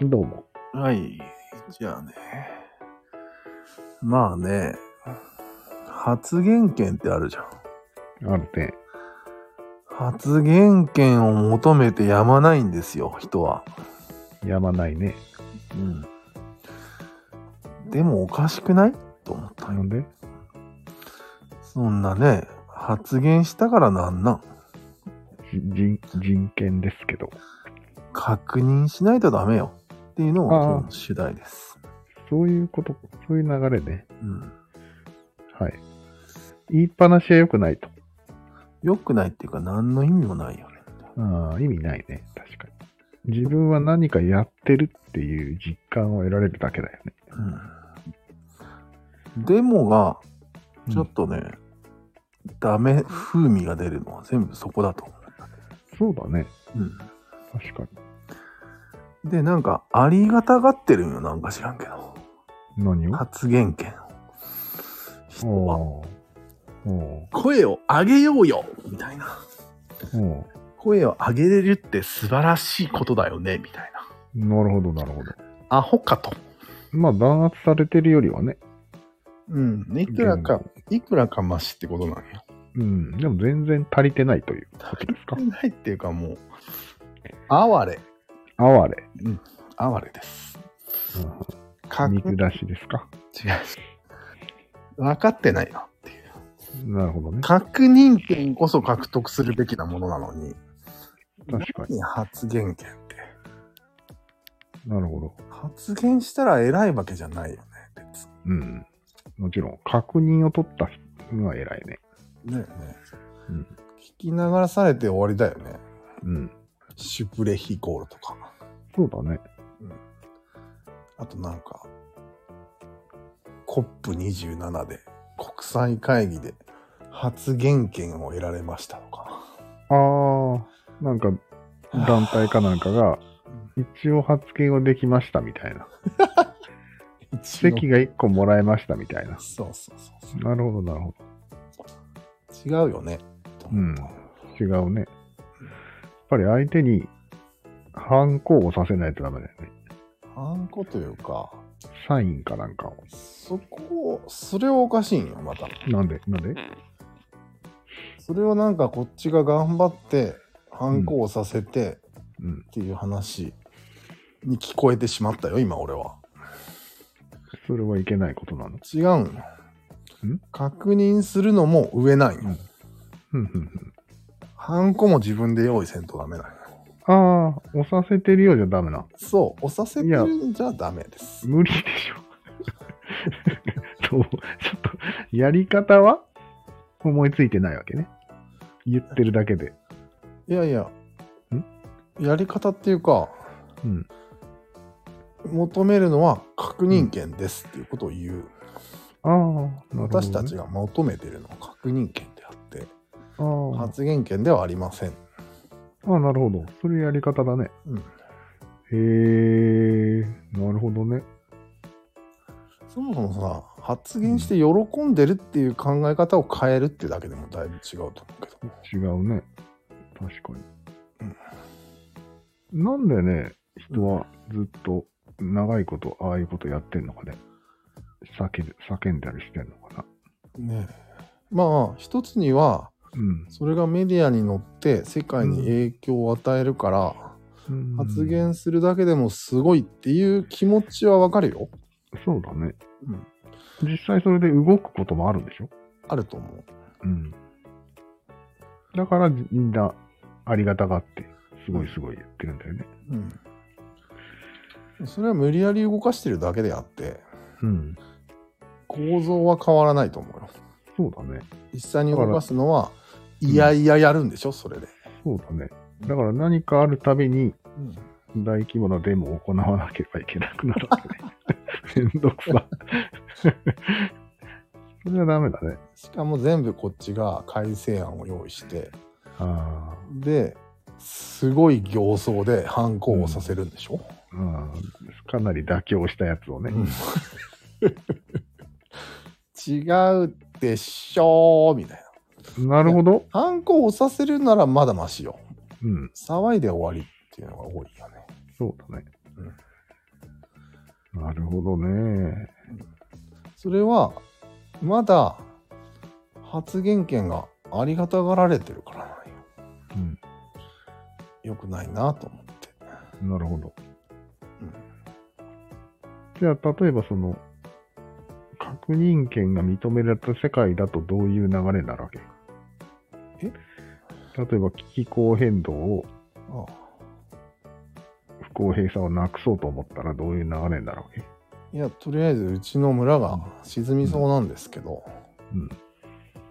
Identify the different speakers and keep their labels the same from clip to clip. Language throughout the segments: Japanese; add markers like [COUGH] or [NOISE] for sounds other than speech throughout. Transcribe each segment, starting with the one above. Speaker 1: どうも。
Speaker 2: はい。じゃあね。まあね。発言権ってあるじゃん。
Speaker 1: あるね。
Speaker 2: 発言権を求めてやまないんですよ、人は。
Speaker 1: やまないね。
Speaker 2: うん。でもおかしくないと思った
Speaker 1: な
Speaker 2: よ。
Speaker 1: んで
Speaker 2: そんなね、発言したからなんなん
Speaker 1: じ人、人権ですけど。
Speaker 2: 確認しないとダメよ。っていうのが
Speaker 1: ああ
Speaker 2: 今日の主題です。
Speaker 1: そういうこと、そういう流れね。
Speaker 2: うん。
Speaker 1: はい。言いっぱなしは良くないと。
Speaker 2: 良くないっていうか何の意味もないよね。
Speaker 1: ああ、意味ないね。確かに。自分は何かやってるっていう実感を得られるだけだよね。
Speaker 2: うん。デモが
Speaker 1: うん
Speaker 2: ちょっとね、ダメ風味が出るのは全部そこだと思
Speaker 1: そうだね。
Speaker 2: う。
Speaker 1: 確か
Speaker 2: うん、で、なんか、ありがたがってるんよ、なんか知らんけど。
Speaker 1: に。何を
Speaker 2: 発言権を。人は、
Speaker 1: おーお
Speaker 2: 声を上げようよみたいな。
Speaker 1: ーお
Speaker 2: 声を上げれるって素晴らしいことだよね、みたいな。
Speaker 1: ーなるほど、なるほど。
Speaker 2: アホかと。
Speaker 1: まあ、弾圧されてるよりはね。
Speaker 2: うん。いくらか、いくらかマシってことなんよ。
Speaker 1: うん。でも全然足りてないということですか
Speaker 2: 足。りないっていうかもう、哀れ、
Speaker 1: 哀れ。
Speaker 2: 哀れです。
Speaker 1: うん
Speaker 2: 確
Speaker 1: 見下しですか。
Speaker 2: 違う。分かってないよっていう。
Speaker 1: なるほどね。
Speaker 2: 確認権こそ獲得するべきなものなのに、
Speaker 1: 確かに。
Speaker 2: 何発言権って。
Speaker 1: なるほど。
Speaker 2: 発言したら偉いわけじゃないよね、別
Speaker 1: うん。もちろん、確認を取った人は偉いね。
Speaker 2: に。ねえね
Speaker 1: うん。
Speaker 2: え聞き流されて終わりだよね。
Speaker 1: うん。
Speaker 2: シュプレヒコールとか。
Speaker 1: そうだね。
Speaker 2: あとなんか、COP27 で、国際会議で発言権を得られましたとか。
Speaker 1: ああ、なんか、団体かなんかが、一応発言をできましたみたいな。 [LAUGHS]
Speaker 2: 一応
Speaker 1: 席が1個もらえましたみたいな。
Speaker 2: そうそうそうそ
Speaker 1: なるほど、なるほど。
Speaker 2: う。違うよね。
Speaker 1: うん。違うね。やっぱり相手に、反抗をさせないとダメだよね。
Speaker 2: ハンコというか、
Speaker 1: サインかなんかを。
Speaker 2: そこを、それはおかしいんよ、また。
Speaker 1: なんでなんで
Speaker 2: それをなんかこっちが頑張って、反抗させて
Speaker 1: うん。
Speaker 2: っていう話に聞こえてしまったよ、今俺は。
Speaker 1: それはいけないことなの。
Speaker 2: 違うんよ
Speaker 1: ん。
Speaker 2: 確認するのも上ないよ。
Speaker 1: うんうんうんうん。
Speaker 2: ハンコも自分で用意せんとダメなんよ。
Speaker 1: ああ、押させてるようじゃダメな。
Speaker 2: そう、押させて
Speaker 1: いや
Speaker 2: るんじゃダメです。
Speaker 1: 無理でしょ。 [LAUGHS] そうちょっと、やり方は思いついてないわけね。言ってるだけで。
Speaker 2: いやいや、やり方っていうか、
Speaker 1: うん。
Speaker 2: 求めるのは確認権ですっていうことを言う。
Speaker 1: ああ、なるほどね、
Speaker 2: 私たちが求めてるのは確認権であって、
Speaker 1: ああ
Speaker 2: 発言権ではありません。
Speaker 1: ああ、なるほど。それやり方だね。
Speaker 2: うん
Speaker 1: へえ、なるほどね。
Speaker 2: そもそもさ、発言して喜んでるっていう考え方を変えるってだけでもだいぶ違うと思うけど。
Speaker 1: 違うね。確かに。なんでね、人はずっと長いことああいうことやってんのかね。叫ん叫んだりしてんのかな。
Speaker 2: ねえまあ、一つには、
Speaker 1: うん。
Speaker 2: それがメディアに乗って世界に影響を与えるから、
Speaker 1: うん
Speaker 2: 発言するだけでもすごいっていう気持ちはわかるよ。
Speaker 1: そうだね。
Speaker 2: うん
Speaker 1: 実際それで動くこともあるんでしょ
Speaker 2: あると思う。
Speaker 1: うん。だからみんなありがたがって、すごいすごい言ってるんだよね。
Speaker 2: うん。それは無理やり動かしてるだけであって、
Speaker 1: うん。
Speaker 2: 構造は変わらないと思うよ。
Speaker 1: そうだね。
Speaker 2: 実際に動かすのは、
Speaker 1: ら
Speaker 2: いやいややるんでしょ、それで。
Speaker 1: そうだね。だから何かあるたびに
Speaker 2: うん
Speaker 1: 大規模なデモを行わなければいけなくなるわけね。めんどくさ。それはダメだね。
Speaker 2: しかも全部こっちが改正案を用意して、
Speaker 1: あ
Speaker 2: で、すごい形相で反抗をさせるんでしょ、
Speaker 1: ーあー。かなり妥協したやつをね。
Speaker 2: [LAUGHS] 違うでしょーみたいな。
Speaker 1: なるほど。
Speaker 2: 反抗をさせるならまだマシよ。
Speaker 1: うん。
Speaker 2: 騒いで終わりっていうのが多いよね。
Speaker 1: そうだね。
Speaker 2: うん
Speaker 1: なるほどね。
Speaker 2: それはまだ発言権がありがたがられてるからなんよ
Speaker 1: うん。
Speaker 2: よくないなと思って
Speaker 1: なるほど。じゃあ、例えばその、確認権が認められた世界だとどういう流れになるわけ
Speaker 2: え
Speaker 1: 例えば気候変動を
Speaker 2: ああ
Speaker 1: 不公平さをなくそうと思ったらどういう流れになるわけ
Speaker 2: いやとりあえずうちの村が沈みそうなんですけど、
Speaker 1: うん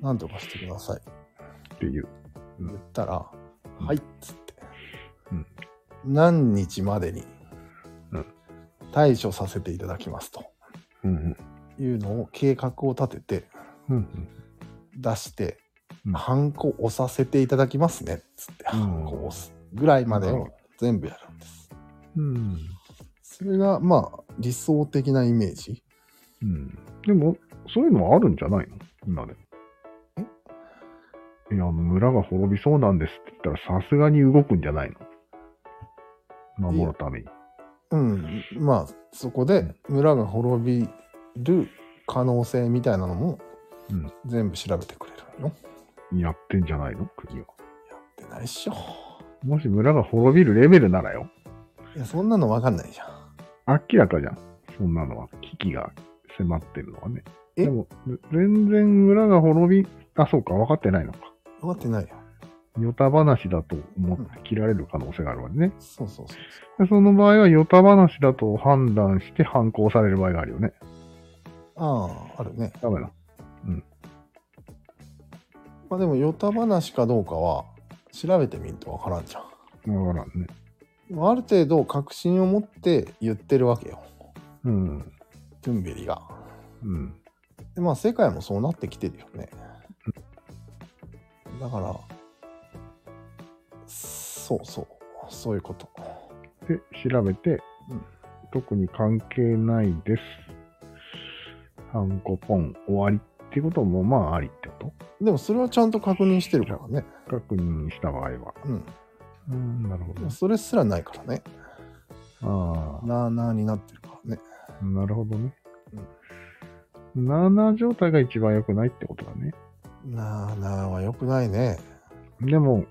Speaker 2: なんとかしてくださいって
Speaker 1: っていう。
Speaker 2: 言ったら「
Speaker 1: うん
Speaker 2: はい」っつって、
Speaker 1: うん
Speaker 2: 何日までに
Speaker 1: うん
Speaker 2: 対処させていただきますと
Speaker 1: うん
Speaker 2: いうのを計画を立てて
Speaker 1: うん。うん
Speaker 2: 出して、
Speaker 1: うん
Speaker 2: ハンコ押させていただきますねっつって、
Speaker 1: うん
Speaker 2: ハンコ押すぐらいまでを全部やるんです。
Speaker 1: うん。うん。
Speaker 2: それがまあ理想的なイメージ。
Speaker 1: うん。でも、そういうのはあるんじゃないの今で。いや、村が滅びそうなんですって言ったらさすがに動くんじゃないの守るために。
Speaker 2: うん、まあそこで村が滅びる可能性みたいなのも
Speaker 1: うん
Speaker 2: 全部調べてくれるの。や
Speaker 1: やってんじゃないの国は。
Speaker 2: ってないっしょ。
Speaker 1: もし村が滅びるレベルならよ。
Speaker 2: いやそんなのわかんないじゃん。
Speaker 1: 明らかじゃん。そんなのは。危機が迫ってるのはね。
Speaker 2: え
Speaker 1: でも、ぜ全然村が滅び、あ、そうか、分かってないのか。
Speaker 2: わかってないよ。
Speaker 1: ヨタ話だと思って切られる可能性があるわけね。
Speaker 2: そうそうそうそう。
Speaker 1: でその場合は、ヨタ話だと判断して反抗される場合があるよね。
Speaker 2: ああ、あるね。
Speaker 1: ダメだ。
Speaker 2: まあでも、ヨタ話かどうかは調べてみんとわからんじゃん。
Speaker 1: わからんね。
Speaker 2: でもある程度確信を持って言ってるわけよ
Speaker 1: うん。
Speaker 2: トゥンベリが
Speaker 1: うん。
Speaker 2: でまあ世界もそうなってきてるよねだからそうそうそういうこと
Speaker 1: で、調べて、
Speaker 2: うん
Speaker 1: 特に関係ないです。ハンコポン終わりってことも、まあ、ありってこ
Speaker 2: でもそれはちゃんと確認してるからね
Speaker 1: と確認した場合は。
Speaker 2: うん
Speaker 1: うん、なるほど
Speaker 2: でも。それすらないからね
Speaker 1: あ
Speaker 2: なあなあになってるからね
Speaker 1: あ、なるほどね。7状態が一番良くないってことだね。
Speaker 2: なあなあは良くないね
Speaker 1: でも、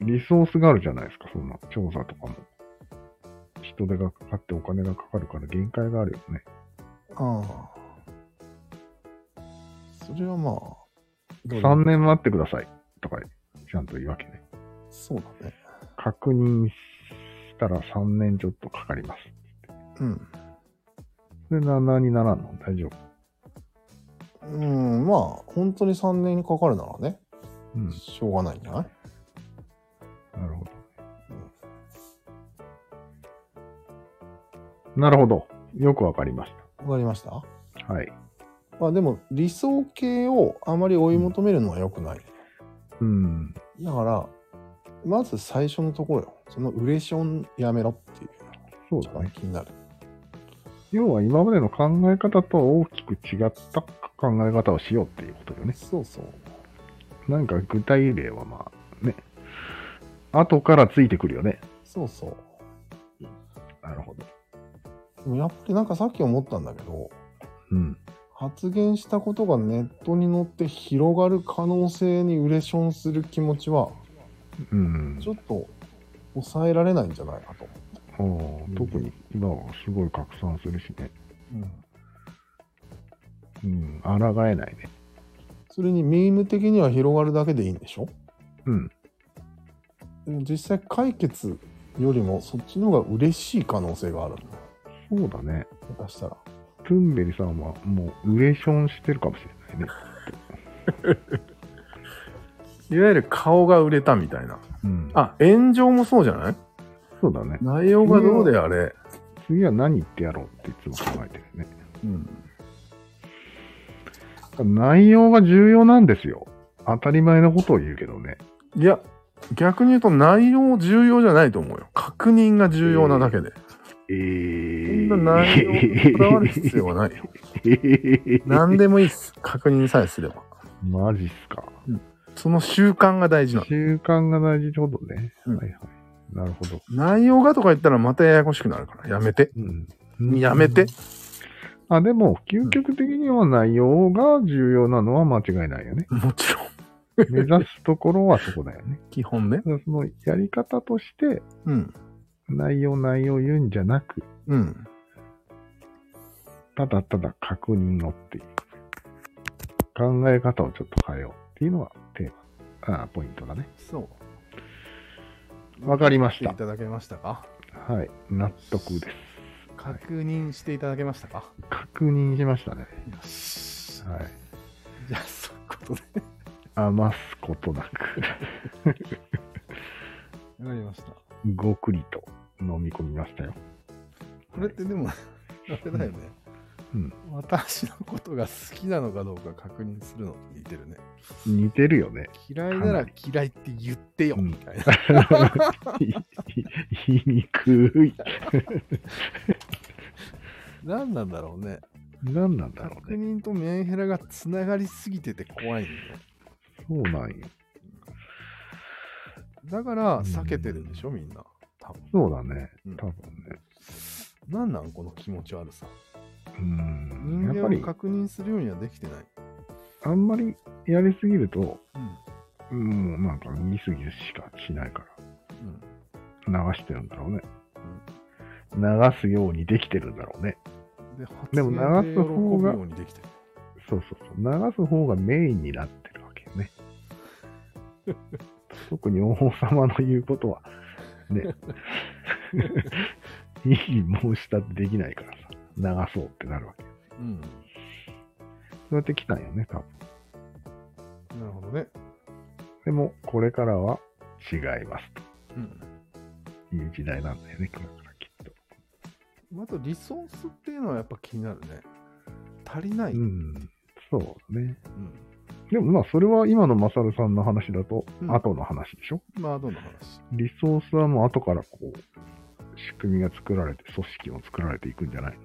Speaker 1: リソースがあるじゃないですか、そんな調査とかも。人手がかかってお金がかかるから限界があるよね。
Speaker 2: ああそれはまあどうだろう
Speaker 1: 3年待ってくださいとか、ちゃんと言うわけね。
Speaker 2: そうだね
Speaker 1: 確認したら3年ちょっとかかります。
Speaker 2: うん
Speaker 1: で、7にならんの大丈夫。
Speaker 2: うんまあ本当に3年かかるならね
Speaker 1: うん、
Speaker 2: しょうがないんじゃない
Speaker 1: なるほど。なるほど。よくわかりまし
Speaker 2: わかりました
Speaker 1: た。はい。
Speaker 2: まあでも理想形をあまり追い求めるのは良くない。
Speaker 1: うん。
Speaker 2: だから、まず最初のところよ。そのウレションやめろっていう
Speaker 1: そう
Speaker 2: の
Speaker 1: だ
Speaker 2: が
Speaker 1: ね。
Speaker 2: 気になる。
Speaker 1: 要は今までの考え方と大きく違った考え方をしようっていうことよね。
Speaker 2: そうそう。
Speaker 1: なんか具体例はまあね。後からついてくるよね。
Speaker 2: そうそう。
Speaker 1: なるほど。
Speaker 2: でもやっぱりなんかさっき思ったんだけど、
Speaker 1: うん。
Speaker 2: 発言したことがネットに乗って広がる可能性にウレションする気持ちは、
Speaker 1: うん
Speaker 2: ち。ょっと抑えられないんじゃないかと。
Speaker 1: あー特に今はすごい拡散するしね。
Speaker 2: うん。
Speaker 1: うん。抗えないね。
Speaker 2: それにミーム的には広がるだけでいいんでしょ
Speaker 1: うん。
Speaker 2: でも実際解決よりもそっちの方が嬉しい可能性があるんだよ
Speaker 1: そうだね。
Speaker 2: 下手したら
Speaker 1: トゥンベリさんはもうウレションしてるかもしれないね。
Speaker 2: いわゆる顔が売れたみたいな
Speaker 1: うん。
Speaker 2: あ炎上もそうじゃない
Speaker 1: そうだね。
Speaker 2: 内容がどうであれ、
Speaker 1: 次は何言ってやろうっていつも考えてるね。
Speaker 2: うん、
Speaker 1: 内容が重要なんですよ。当たり前のことを言うけどね。
Speaker 3: いや、逆に言うと内容重要じゃないと思うよ。確認が重要なだけで。
Speaker 1: え
Speaker 3: そ
Speaker 1: ー
Speaker 3: んな内容にこだわる必
Speaker 2: [LAUGHS]
Speaker 3: 要はないよ。何でもいいっす。確認さえすれば。
Speaker 1: マジっすか。
Speaker 3: その習慣が大事なの。
Speaker 1: 習慣が大事ってことね。
Speaker 3: うん
Speaker 1: はいはい。なるほど。
Speaker 3: 内容がとか言ったらまたややこしくなるから、やめて。
Speaker 1: うん。うん
Speaker 2: やめて。。
Speaker 1: あ、でも、究極的には内容が重要なのは間違いないよね
Speaker 2: [LAUGHS] もちろん。
Speaker 1: 目指すところはそこだよね。
Speaker 2: 基本ね
Speaker 1: だ。からそのやり方として、
Speaker 2: うん。
Speaker 1: 内容内容言うんじゃなく、
Speaker 2: うん。
Speaker 1: ただただ確認をっていう。考え方をちょっと変えようっていうのがテーマ、あポイントだね。
Speaker 2: そう。
Speaker 1: わかりました
Speaker 2: いただけましたか
Speaker 1: はい。納得です。はい
Speaker 2: 確認していただけましたか、
Speaker 1: 確認しましたね。
Speaker 2: よし。
Speaker 1: はい。
Speaker 2: じゃあ、そういうことで。
Speaker 1: 余すことなく、
Speaker 2: わかりました。
Speaker 1: ごくりと飲み込みましたよ。
Speaker 2: これってでも、あれだよね。
Speaker 1: うん
Speaker 2: 私のことが好きなのかどうか確認するのと似てるね。
Speaker 1: 似てるよね。 [LAUGHS]
Speaker 2: 嫌いなら嫌いって言ってよ、
Speaker 1: うん
Speaker 2: みたいな。
Speaker 1: いい言いにくい。
Speaker 2: 何なんだろうね。
Speaker 1: 何なんだろう
Speaker 2: 確
Speaker 1: ね。
Speaker 2: 認とメンヘラがつながりすぎてて怖いんだよ。
Speaker 1: そうなんよ。
Speaker 2: だから避けてるんでしょ、みんな。多分
Speaker 1: そうだね
Speaker 2: うん。
Speaker 1: 多分ね。
Speaker 2: なんなんこの気持ち悪さ。
Speaker 1: う
Speaker 2: 人
Speaker 1: ん。やっぱ
Speaker 2: 間を
Speaker 1: り、
Speaker 2: 確認するようにはできてない。
Speaker 1: あんまりやりすぎると、うんもうなんか見すぎるしかしないから。
Speaker 2: うん
Speaker 1: 流してるんだろうね。流すようにできてるんだろうね。
Speaker 2: で
Speaker 1: でも
Speaker 2: 発
Speaker 1: 流
Speaker 2: 言で
Speaker 1: す方が
Speaker 2: 喜ぶようにできてる。
Speaker 1: そうそうそう。流す方がメインになってるわけよ
Speaker 2: [LAUGHS]
Speaker 1: ね。特に王様の言うことは、
Speaker 2: [LAUGHS]
Speaker 1: ね、 [LAUGHS] いい申し立てできないからさ、流そうってなるわけ。
Speaker 2: うん。
Speaker 1: そうやって来たんよね、多分。
Speaker 2: なるほどね。
Speaker 1: でも、これからは違います
Speaker 2: うん。
Speaker 1: という時代なんだよね、これからきっと。
Speaker 2: あと、リソースっていうのはやっぱ気になるね。足りない。
Speaker 1: うん、そうね。
Speaker 2: うん
Speaker 1: でもまあ、それは今のマサルさんの話だと
Speaker 2: う、ん
Speaker 1: 後の話でしょ、
Speaker 2: まあ、どの話。
Speaker 1: リソースはもう後からこう、仕組みが作られて、組織も作られていくんじゃない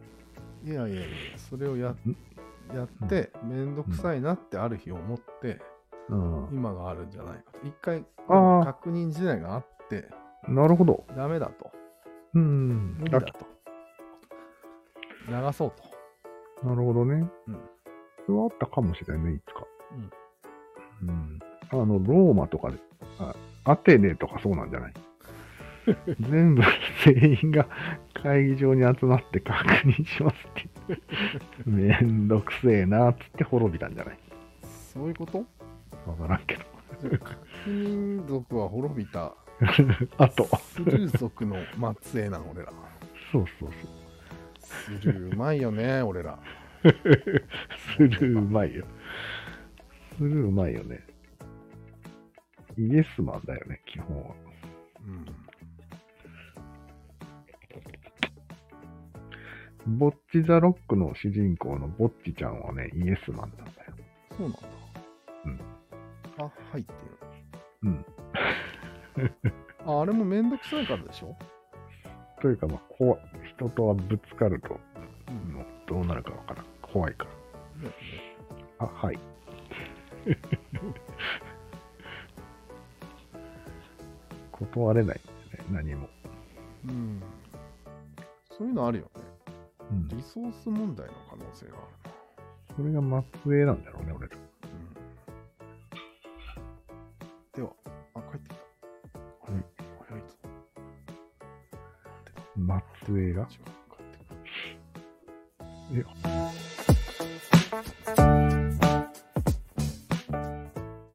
Speaker 2: いやいやいや、それをや
Speaker 1: うん
Speaker 2: やって、めんどくさいなってある日思って、
Speaker 1: のうん。
Speaker 2: 今があるんじゃないかと。一回、
Speaker 1: あー
Speaker 2: 確認時代があって、
Speaker 1: なるほど。
Speaker 2: ダメだと。
Speaker 1: うん
Speaker 2: 無理
Speaker 1: あ
Speaker 2: だと。流そうと。
Speaker 1: なるほどね。
Speaker 2: うん
Speaker 1: それはあったかもしれないね、いつか。うん。あの、ローマとかで、あアテネとかそうなんじゃない全部、全員が会議場に集まって確認しますって。めんどくせえな、つって滅びたんじゃない
Speaker 2: そういうこと
Speaker 1: わからんけど。 [LAUGHS]
Speaker 2: 確認族は滅びた。
Speaker 1: あと、
Speaker 2: スルー族の末裔なの俺ら。
Speaker 1: そうそうそう。
Speaker 2: スルーうまいよね、 [LAUGHS] 俺ら。
Speaker 1: スルーうまいよ。スルーうまいよね。イエスマンだよね、基本は。
Speaker 2: うん。
Speaker 1: ボッチ・ザ・ロックの主人公のボッチちゃんはね、イエスマンなんだよ。
Speaker 2: そうなんだ。
Speaker 1: うん。
Speaker 2: あ、はいっていう。
Speaker 1: うん。
Speaker 2: [LAUGHS] あ、あれもめんどくさいからでしょ
Speaker 1: というか、まあ、怖い。人とはぶつかると、
Speaker 2: う
Speaker 1: もうどうなるかわからん。怖いから。あ、はい。 [LAUGHS] 断れないんだよね、何も。
Speaker 2: うん。そういうのあるよね。
Speaker 1: うん。
Speaker 2: リソース問題の可能性があ
Speaker 1: それが末裔なんだろうね、俺ら。
Speaker 2: るな。うん。では、あ、帰ってきた。
Speaker 1: う
Speaker 2: 早
Speaker 1: ん
Speaker 2: い。早いぞ。
Speaker 1: 末裔が
Speaker 2: 時間かかってくる
Speaker 1: え